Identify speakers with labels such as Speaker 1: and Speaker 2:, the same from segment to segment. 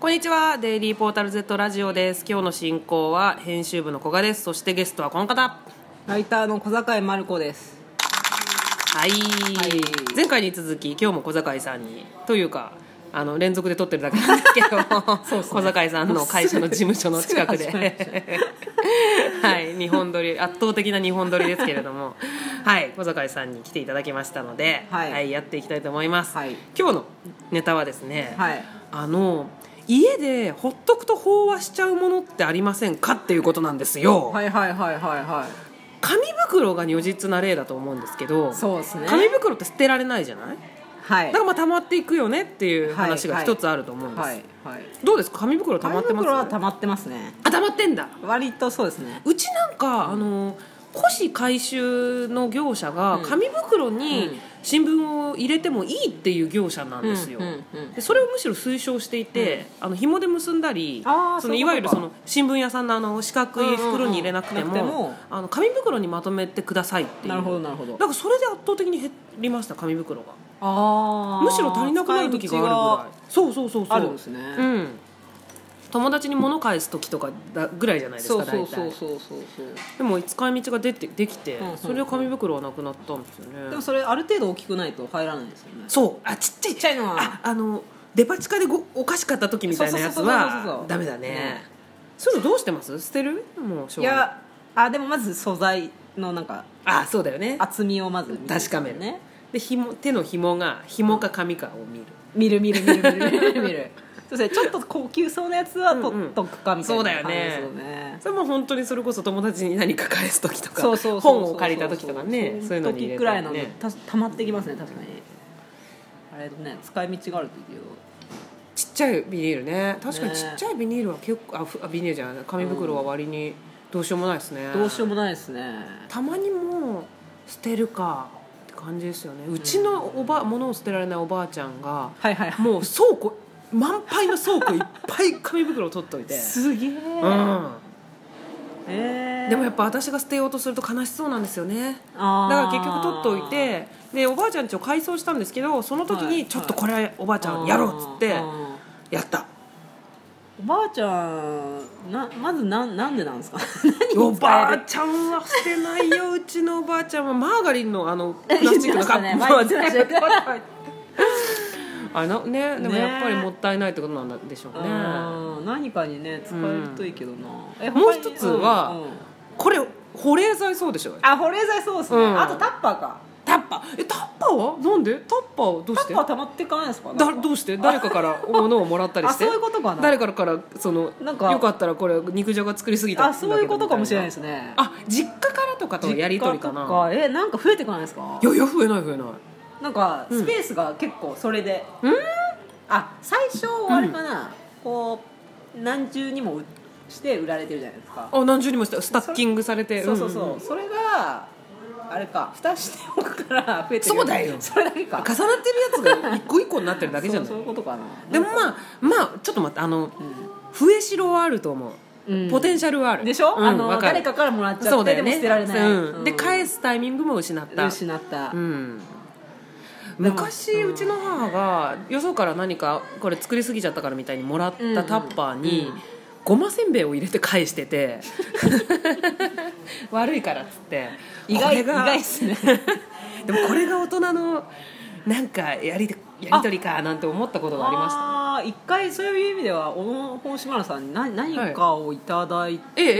Speaker 1: こんにちはデイリーポータル Z ラジオです今日の進行は編集部の古賀ですそしてゲストはこの方
Speaker 2: ライターの小坂井まる子です。
Speaker 1: はい、
Speaker 2: い
Speaker 1: 前回に続き今日も小坂井さんにというかあの連続で撮ってるだけなんですけど 小坂井さんの会社の事務所の近く
Speaker 2: すぐ始
Speaker 1: で はい日本撮り圧倒的な日本撮りですけれどもはい小坂井さんに来ていただきましたので、
Speaker 2: はい
Speaker 1: やっていきたいと思います、
Speaker 2: はい
Speaker 1: 今日のネタはですね、
Speaker 2: はい。
Speaker 1: あの家でほっとくと飽和しちゃうものってありませんかっていうことなんですよ、
Speaker 2: はいはいはいはいはい。
Speaker 1: 紙袋が如実な例だと思うんですけど
Speaker 2: そうですね。
Speaker 1: 紙袋って捨てられないじゃない
Speaker 2: はい。
Speaker 1: だからまあ溜まっていくよねっていう話が
Speaker 2: はい
Speaker 1: 一つあると思うんです、
Speaker 2: はいはい。
Speaker 1: どうですか紙袋溜まってます
Speaker 2: 紙袋は溜まってますね。
Speaker 1: あ溜まってんだ
Speaker 2: 割とそうですね。
Speaker 1: うちなんかあの古紙回収の業者が紙袋
Speaker 2: う
Speaker 1: に
Speaker 2: ん
Speaker 1: 新聞を入れてもいいっていう業者なんですよ、
Speaker 2: うんうんうん
Speaker 1: でそれをむしろ推奨していて、あの紐で結んだり
Speaker 2: あー
Speaker 1: そ
Speaker 2: そう
Speaker 1: の
Speaker 2: いう
Speaker 1: い
Speaker 2: ことか
Speaker 1: わゆるその新聞屋さんのあの四角い袋に入れなくても,、
Speaker 2: うんうんうんなくても
Speaker 1: あの紙袋にまとめてくださいっていう
Speaker 2: なるほどなるほど
Speaker 1: だ。からそれで圧倒的に減りました紙袋が
Speaker 2: あー
Speaker 1: むしろ足りなくなる時があるぐらいそうそうそうそう
Speaker 2: あるんですね
Speaker 1: うん、友達に物返す時とかだぐらいじゃないですか
Speaker 2: 使い道がそう
Speaker 1: 大体
Speaker 2: そうそうそうそうそう。
Speaker 1: でも使い道が出てできて、
Speaker 2: うんうん
Speaker 1: それで紙袋はなくなったんですよね
Speaker 2: でもそれある程度大きくないと入らないですよね。
Speaker 1: そうあちっちゃい
Speaker 2: ちっちゃいのは
Speaker 1: ああのデパ地下でごお菓子買った時みたいなやつ
Speaker 2: そうそうそうそうそうそう
Speaker 1: は
Speaker 2: そう
Speaker 1: ダメだね
Speaker 2: ね
Speaker 1: そういうのどうしてます捨てるもうしょ
Speaker 2: いう
Speaker 1: がない
Speaker 2: や、あでもまず素材のなんか
Speaker 1: あそうだよね
Speaker 2: 厚みをまず見て
Speaker 1: 確かめる
Speaker 2: ね。
Speaker 1: で紐手の紐が紐か紙かを見る、
Speaker 2: 見る見る見る見る見る見る。 そうですね。ちょっと高級そうなやつは取っとくかみたいな感じです
Speaker 1: そ
Speaker 2: よ
Speaker 1: う
Speaker 2: ね。
Speaker 1: それも本当にそれこそ友達に何か返す時とか
Speaker 2: そうそうそうそう
Speaker 1: 本を借りた時とかねそういうのに入れ
Speaker 2: 時く
Speaker 1: た
Speaker 2: ら
Speaker 1: り
Speaker 2: いの
Speaker 1: ね
Speaker 2: たたまってきますね確かにあれね使い道があるという
Speaker 1: ちっちゃいビニールね確かに
Speaker 2: ね
Speaker 1: ちっちゃいビニールは結構あふあビニールじゃない紙袋は割にどうしようもないですね、
Speaker 2: どうしようもないですね
Speaker 1: たまにもう捨てるかって感じですよねうちのおば物を捨てられないおばあちゃんが
Speaker 2: はいはいはい
Speaker 1: もう倉庫満杯の倉庫いっぱい紙袋を取っといて、
Speaker 2: すげえ、
Speaker 1: うん、
Speaker 2: えー
Speaker 1: でもやっぱ私が捨てようとすると悲しそうなんですよねだ
Speaker 2: あ
Speaker 1: から
Speaker 2: ー
Speaker 1: 結局取っといてでおばあちゃん家を改装したんですけどその時
Speaker 2: はいは
Speaker 1: に
Speaker 2: い
Speaker 1: ちょっとこれおばあちゃんやろうっつって
Speaker 2: あー
Speaker 1: やった
Speaker 2: おばあちゃんなまずなんなんでなんですか
Speaker 1: おばあちゃんは捨てないようちのおばあちゃんはマーガリンのあのプラスチックのカップは
Speaker 2: 言ってましたね前言ってま
Speaker 1: 全部あのねでもやっぱりもったいないってことなんでしょうね
Speaker 2: うん何かにね使えるといいけどな、え
Speaker 1: もう
Speaker 2: 他に
Speaker 1: 一つは
Speaker 2: うんうん
Speaker 1: これ保冷剤そうでしょ
Speaker 2: あ保冷剤そうですね、
Speaker 1: うん
Speaker 2: あとタッパーか
Speaker 1: タッパーえタッパーはなんでタッパーはどう
Speaker 2: タ
Speaker 1: して
Speaker 2: ッパー溜まっていかないですかなん
Speaker 1: だ
Speaker 2: か
Speaker 1: どうして誰かから物をもらったりして
Speaker 2: あそういうことかな
Speaker 1: 誰かからその
Speaker 2: なんか
Speaker 1: よかったらこれ肉じゃが作りすぎたん
Speaker 2: あ
Speaker 1: だけど
Speaker 2: そういうことかもしれない
Speaker 1: み
Speaker 2: ですね
Speaker 1: たいなあ実家からとかとのやり取りか
Speaker 2: 実
Speaker 1: な
Speaker 2: 家とかえなんか増えてこないですか
Speaker 1: いやいや増えない増えない
Speaker 2: なんかスペースが結構それであ最初あれかな、こう何重にもして売られてるじゃないですか
Speaker 1: あ何重にもしたスタッキングされて
Speaker 2: そうそうそう、
Speaker 1: んんん
Speaker 2: それがあれか蓋しておくから増えてる
Speaker 1: そうだよ
Speaker 2: それだけか
Speaker 1: 重なってるやつが一個一個になってるだけじゃない
Speaker 2: そうそういうことかな
Speaker 1: でも
Speaker 2: あ、
Speaker 1: まあまあちょっと待ってあの
Speaker 2: う
Speaker 1: 笛城はあると思う、
Speaker 2: うん
Speaker 1: ポテンシャルはある
Speaker 2: でしょ、
Speaker 1: うん
Speaker 2: あの
Speaker 1: わ
Speaker 2: 誰かからもらっちゃって
Speaker 1: そうだよ
Speaker 2: でも
Speaker 1: ね
Speaker 2: 捨てられない、
Speaker 1: うんで返
Speaker 2: す
Speaker 1: すタイミングも失った
Speaker 2: 失った、
Speaker 1: うん
Speaker 2: でも
Speaker 1: 昔、う
Speaker 2: うん
Speaker 1: ちの母がよそから何かこれ作りすぎちゃったからみたいにもらったタッパーに、
Speaker 2: うんうん
Speaker 1: ごませんべいを入れて返して て悪いからっつって
Speaker 2: 意
Speaker 1: こ
Speaker 2: 外
Speaker 1: れ
Speaker 2: 意
Speaker 1: が
Speaker 2: 外っす ね
Speaker 1: でもこれが大人のなんかやりやり取りかなんて思ったことがありました
Speaker 2: あー一回そういう意味では小野本島村さんに何何かをいただいて、
Speaker 1: ええええ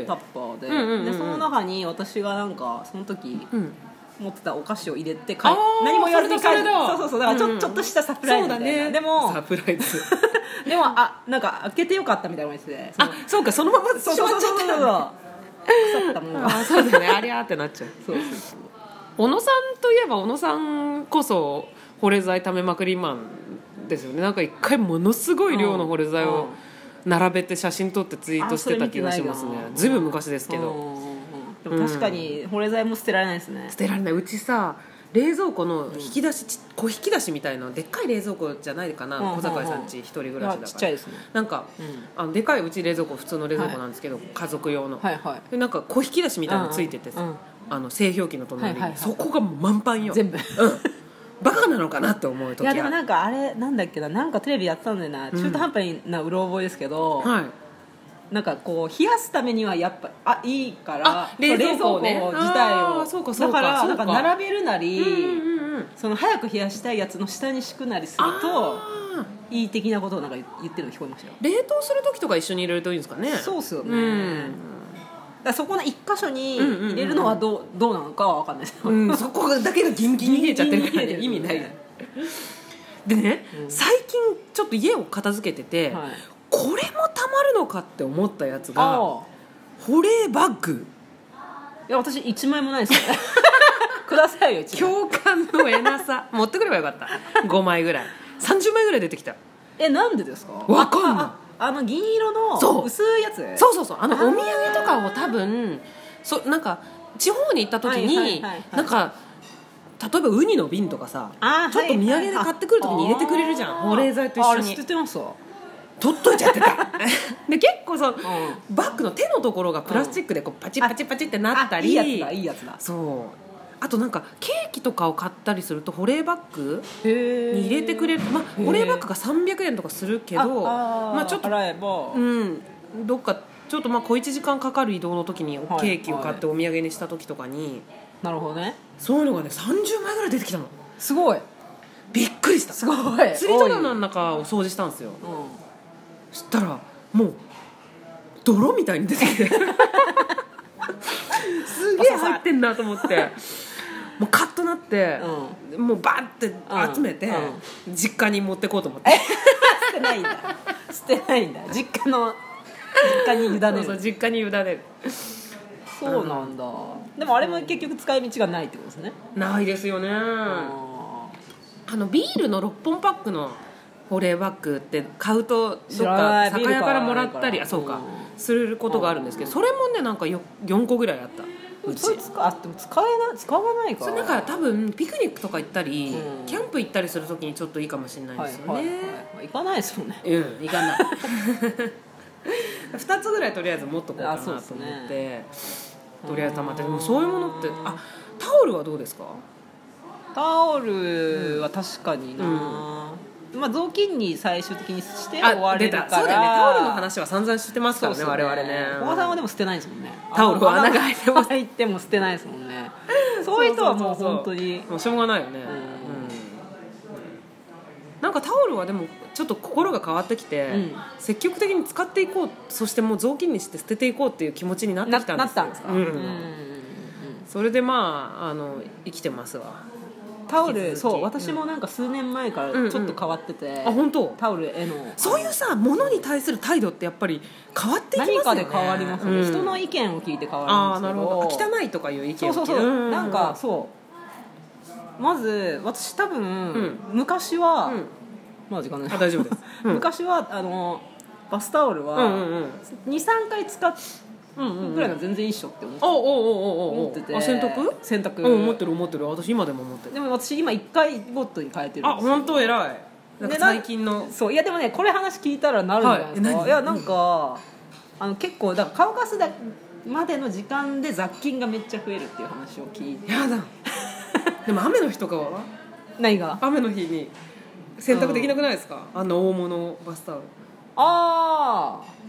Speaker 1: ええ
Speaker 2: タッパーで,、
Speaker 1: うんうんうんうん
Speaker 2: でその中に私がなんかその時
Speaker 1: うん
Speaker 2: 持ってたお菓子を入れてかい
Speaker 1: あー
Speaker 2: 何も言わずに帰
Speaker 1: それ
Speaker 2: る
Speaker 1: だそれだ
Speaker 2: そうそうそうだからちょ,、
Speaker 1: うんうん
Speaker 2: ちょっとしたサプライズみたいなでも
Speaker 1: サプライ ズ
Speaker 2: でもあなんか開けてよかったみたいな感じでその
Speaker 1: あそうかそのまましま
Speaker 2: そ
Speaker 1: っ
Speaker 2: う
Speaker 1: ちゃ
Speaker 2: そ
Speaker 1: っ
Speaker 2: うそうそ
Speaker 1: たんだ
Speaker 2: う腐ったものが
Speaker 1: あそうだねありゃーってなっちゃう
Speaker 2: そうそうそう
Speaker 1: 小野さんといえば小野さんこそ保冷剤ためまくりマンですよねなんか一回ものすごい量の保冷剤
Speaker 2: うんう
Speaker 1: を
Speaker 2: ん
Speaker 1: 並べて写真撮ってツイートしてた気がしますね
Speaker 2: あそれ見てないな
Speaker 1: ずいぶん昔ですけ
Speaker 2: うん
Speaker 1: ど
Speaker 2: うんうんでも確かに保冷剤も捨てられないですね
Speaker 1: 捨てられないうちさ冷蔵庫の引き出しち小引き出しみたいなでっかい冷蔵庫じゃないかな
Speaker 2: うんうんうん
Speaker 1: 小坂井さんち一人暮らしだか
Speaker 2: あ
Speaker 1: ら
Speaker 2: ちっちゃいですね
Speaker 1: なんか
Speaker 2: うん
Speaker 1: あのでかいうち冷蔵庫普通の冷蔵庫なんですけど家族用の
Speaker 2: はいはい
Speaker 1: でなんか小引き出しみたいなのついてて
Speaker 2: うんう
Speaker 1: さ
Speaker 2: ん
Speaker 1: あの製氷機の隣
Speaker 2: はいはいは
Speaker 1: に
Speaker 2: い
Speaker 1: そこがもう満帆よ
Speaker 2: 全部
Speaker 1: うんバカなのかなって思う
Speaker 2: い
Speaker 1: 時
Speaker 2: やでも
Speaker 1: は
Speaker 2: なんかあれなんだっけななんかテレビやってたんだよな、中途半端なうろ覚えですけど、
Speaker 1: はい
Speaker 2: なんかこう冷やすためにはやっぱあいいから
Speaker 1: あ冷蔵庫ね
Speaker 2: そう冷蔵庫自体
Speaker 1: あ
Speaker 2: を
Speaker 1: ーそうかそうか
Speaker 2: だから
Speaker 1: そう
Speaker 2: な
Speaker 1: か
Speaker 2: んか並べるなり、
Speaker 1: うんうんうん
Speaker 2: その早く冷やしたいやつの下に敷くなりすると
Speaker 1: あー
Speaker 2: いい的なことをなんか言ってるの聞こえましたよ
Speaker 1: 冷凍する時とか一緒に入れるといいんですかね
Speaker 2: そうっすよね
Speaker 1: うん
Speaker 2: だからそこの一箇所に
Speaker 1: うんうんうんうん
Speaker 2: 入れるのはどう,、どうなのかは分かんないですよ
Speaker 1: うん、そこだけがギンギンに冷えちゃってるから、ね、
Speaker 2: ギ
Speaker 1: 意
Speaker 2: ンギ
Speaker 1: 味
Speaker 2: ンに
Speaker 1: な
Speaker 2: 冷え
Speaker 1: い
Speaker 2: てる
Speaker 1: でね、
Speaker 2: うん
Speaker 1: 最近ちょっと家を片付けてて、
Speaker 2: はい
Speaker 1: これもたまるのかって思ったやつが
Speaker 2: あ
Speaker 1: 保冷バッグ
Speaker 2: あいや私1枚もない ですよねくださいよ1枚
Speaker 1: 共感のえなさ 持ってくればよかった5枚ぐらい30枚ぐらい出てきた
Speaker 2: えなんでですか
Speaker 1: わかんない
Speaker 2: あああの銀色
Speaker 1: そ
Speaker 2: の
Speaker 1: う
Speaker 2: 薄いやつ
Speaker 1: そうそうそうあのお
Speaker 2: あ
Speaker 1: 土
Speaker 2: ー
Speaker 1: 産とかを多分そなんか地方に行った時に、
Speaker 2: はいはいはいはい
Speaker 1: なんか例えばウニの瓶とかさ
Speaker 2: あー
Speaker 1: ちょっと土産で買ってくる時に入れてくれるじゃん
Speaker 2: あー
Speaker 1: 保冷剤と一緒
Speaker 2: あれ
Speaker 1: に
Speaker 2: 捨ててますわ
Speaker 1: 取っといちゃってた で結構その、
Speaker 2: う
Speaker 1: バッグの手のところがプラスチックでこうパチパチパチってなったり、
Speaker 2: あいいやつだいいやつだ
Speaker 1: そうあとなんかケーキとかを買ったりすると保冷バッグ
Speaker 2: へ
Speaker 1: に入れてくれる、まあ、
Speaker 2: へー
Speaker 1: 保冷バッグが300円とかするけど
Speaker 2: あー
Speaker 1: まあ、ちょっと、
Speaker 2: 払えば、
Speaker 1: うん、どっかちょっとまあ小1時間かかる移動の時にケ
Speaker 2: はい
Speaker 1: ーキを買ってお土産にした時とかに、
Speaker 2: なるほどね
Speaker 1: そういうのがね30枚ぐらい出てきたの
Speaker 2: すごい
Speaker 1: びっくりした
Speaker 2: すごい
Speaker 1: 釣り戸棚
Speaker 2: 多
Speaker 1: の中を掃除したんですよ
Speaker 2: いうん
Speaker 1: そしたらもう泥みたいに出てきてすげえ入ってんなと思 ってもうカッとなって、もうバーって集めて、
Speaker 2: う
Speaker 1: 実家に持ってこうと思って
Speaker 2: 捨てな いんだ捨てないんだ実家の実家に委
Speaker 1: そう
Speaker 2: ねる
Speaker 1: そう実家に委ねる
Speaker 2: そうなんだでもあれも結局使い道がないってことですね
Speaker 1: ないですよね、あ
Speaker 2: あ
Speaker 1: のビールの6本パックの保冷バッグって買うと
Speaker 2: 知
Speaker 1: どっ
Speaker 2: らな
Speaker 1: か
Speaker 2: い
Speaker 1: 酒屋からもらった
Speaker 2: ビールからあるか
Speaker 1: り
Speaker 2: ら
Speaker 1: あそうか、
Speaker 2: うん
Speaker 1: することがあるんですけどそれもねなんかよ4個ぐらいあった
Speaker 2: ー
Speaker 1: うち
Speaker 2: それ使あでも使えない使わないか
Speaker 1: それなんか多分ピクニックとか行ったり、
Speaker 2: うん
Speaker 1: キャンプ行ったりするときにちょっといいかもしれない
Speaker 2: は
Speaker 1: で
Speaker 2: い
Speaker 1: すよね、
Speaker 2: はい、はい、行かないですもんね
Speaker 1: うん行か ない2つぐらいとりあえず持っとこうかな
Speaker 2: あ
Speaker 1: と
Speaker 2: そう
Speaker 1: 思
Speaker 2: で
Speaker 1: っ
Speaker 2: す
Speaker 1: て、
Speaker 2: ね
Speaker 1: とりあえず溜まってでもそういうものってあタオルはどうですか
Speaker 2: タオルは確かにな、まあ雑巾に最終的にして終
Speaker 1: あ
Speaker 2: われ
Speaker 1: 出
Speaker 2: るから
Speaker 1: たそうだよねタオルの話は散々してますからね
Speaker 2: そうっす
Speaker 1: 我
Speaker 2: よ
Speaker 1: 々ね
Speaker 2: 古賀さんはでも捨てないですもんね
Speaker 1: タオルは穴が開いてます
Speaker 2: 開いても捨てないですもんねそういう人はもう
Speaker 1: そそそ
Speaker 2: 本当に
Speaker 1: もうしょうがないよね、うんなんかタオルはでもちょっと心が変わってきて、
Speaker 2: うん
Speaker 1: 積極的に使っていこうそしてもう雑巾にして捨てていこうっていう気持ちになって
Speaker 2: な
Speaker 1: きたん
Speaker 2: な
Speaker 1: で
Speaker 2: っ
Speaker 1: すよ
Speaker 2: たんですか、
Speaker 1: うん
Speaker 2: うん
Speaker 1: それでまああの生きてますわ
Speaker 2: タオ
Speaker 1: 引き続
Speaker 2: ル
Speaker 1: き
Speaker 2: そう私もなんか数年前から
Speaker 1: うん
Speaker 2: ちょっと変わってて、
Speaker 1: あ本当
Speaker 2: タオルへの
Speaker 1: そういうさものに対する態度ってやっぱり変わっていきますよね
Speaker 2: 何かで変わりますよね、
Speaker 1: うん
Speaker 2: 人の意見を聞いて変
Speaker 1: あ
Speaker 2: わ
Speaker 1: あ
Speaker 2: るんで
Speaker 1: なる
Speaker 2: すけ
Speaker 1: ほど
Speaker 2: ど
Speaker 1: あ汚いとかいう意見
Speaker 2: そうそうそう、
Speaker 1: うん
Speaker 2: なんかそうまず私多分、
Speaker 1: ん
Speaker 2: 昔は、
Speaker 1: うん
Speaker 2: まあ時間ない
Speaker 1: あ大丈 夫ですうん
Speaker 2: 昔はあのバスタオル
Speaker 1: うんうん
Speaker 2: は
Speaker 1: うん
Speaker 2: 23回使っ
Speaker 1: うんうんうん
Speaker 2: ぐらいが全然いいっしょって思って
Speaker 1: おうおうおうおうおう
Speaker 2: 思ってて
Speaker 1: あ洗濯
Speaker 2: 洗濯
Speaker 1: うん持ってる持ってる私今でも持ってる
Speaker 2: でも私今1回ごとに変えてる
Speaker 1: あ
Speaker 2: んですよ
Speaker 1: 本当偉いなんか
Speaker 2: でな
Speaker 1: 最近の
Speaker 2: そういやでもねこれ話聞いたらなるんじゃないですか、
Speaker 1: はいえ何
Speaker 2: い、やなんか、あの結構だから乾かすだまでの時間で雑菌がめっちゃ増えるっていう話を聞いて
Speaker 1: やだ でも雨の日とかは
Speaker 2: 何が
Speaker 1: 雨の日に洗濯できなくないですか、あんな大物バスタオル
Speaker 2: あー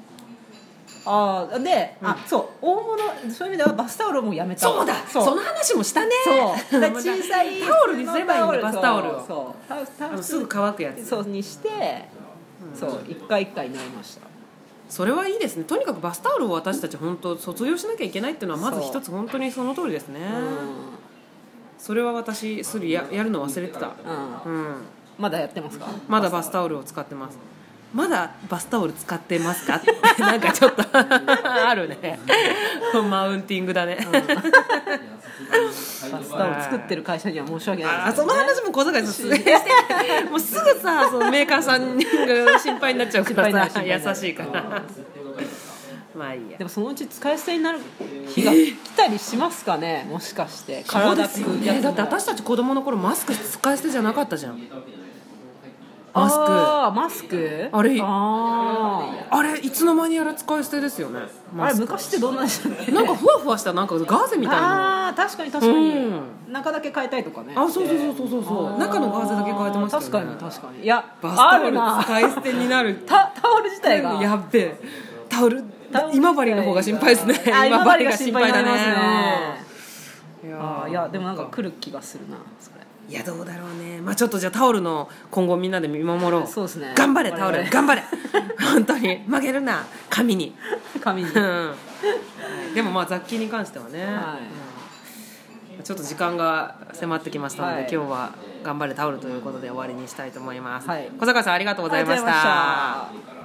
Speaker 2: あーで、
Speaker 1: うん
Speaker 2: あそう大物そういう意味ではバスタオルもやめたそう
Speaker 1: の話もしたね
Speaker 2: そうだから
Speaker 1: 小
Speaker 2: 小
Speaker 1: さ
Speaker 2: さ
Speaker 1: い
Speaker 2: い
Speaker 1: タオルにすればいいんだバスタオルを
Speaker 2: そうタオルタオ
Speaker 1: あ
Speaker 2: ル
Speaker 1: のすぐ乾くやつ
Speaker 2: そうにして、そう一回一回になりました
Speaker 1: それはいいですねとにかくバスタオルを私たち本当卒業しなきゃいけないっていうのはまず
Speaker 2: そう
Speaker 1: 一つ本当にその通りですね
Speaker 2: う
Speaker 1: それは私するややるの忘れてた
Speaker 2: ん、うん、
Speaker 1: うん
Speaker 2: まだやってますか
Speaker 1: まだバスタオルを使ってますまだバスタオル使ってますかなんかちょっと あるねマウンティングだね、
Speaker 2: バスタオル作ってる会社には申し訳ない
Speaker 1: あ
Speaker 2: です
Speaker 1: そ
Speaker 2: よ
Speaker 1: の
Speaker 2: ね
Speaker 1: 話も小坂井さんすぐしてもうすぐさそのメーカーさんが心配になっちゃうか
Speaker 2: 心配にな
Speaker 1: ら
Speaker 2: る心
Speaker 1: さ
Speaker 2: 配にな
Speaker 1: 優
Speaker 2: る
Speaker 1: しいからまあいいや
Speaker 2: でもそのうち使い捨てになる日が来たりしますかねもしかして
Speaker 1: そうで
Speaker 2: 体
Speaker 1: す
Speaker 2: つ
Speaker 1: よ
Speaker 2: く
Speaker 1: ねだって私たち子供の頃マスク使い捨てじゃなかったじゃんマスク
Speaker 2: あーマスク
Speaker 1: あれ
Speaker 2: あ
Speaker 1: あれいつの間にやら使い捨てですよね
Speaker 2: ーあ
Speaker 1: マ
Speaker 2: れ
Speaker 1: スク
Speaker 2: 昔ってどんなんでしたっけ
Speaker 1: なんかふわふわしたなんかガーゼみたいな
Speaker 2: あー確かに確かに、
Speaker 1: う
Speaker 2: 中だけ変えたいとかね
Speaker 1: あそうそうそうそうそうそう中のガーゼだけ変えてましたよね
Speaker 2: 確かに確かにいや
Speaker 1: バスタ
Speaker 2: あ
Speaker 1: オ
Speaker 2: る
Speaker 1: ル
Speaker 2: な
Speaker 1: 使い捨てになる
Speaker 2: タタオル自体が
Speaker 1: やっべえタオル
Speaker 2: タオル
Speaker 1: 今治の方が心配ですね
Speaker 2: あ今治が心配になりますね
Speaker 1: いや
Speaker 2: あーいやでもなんか来る気がするなそれ
Speaker 1: いやどうだろうねまあちょっとじゃあタオルの今後みんなで見守ろう
Speaker 2: そうですね
Speaker 1: 頑張れタオ
Speaker 2: 我
Speaker 1: ル
Speaker 2: 々
Speaker 1: 頑張れ本当に負けるな紙に
Speaker 2: 紙に
Speaker 1: うんはいでもまあ雑記に関してはね、
Speaker 2: は
Speaker 1: ちょっと時間が迫ってきましたので、
Speaker 2: はい
Speaker 1: 今日は頑張れタオルということで終わりにしたいと思います、
Speaker 2: はい
Speaker 1: 小坂さんありがとうございまし
Speaker 2: ありがとうございましたた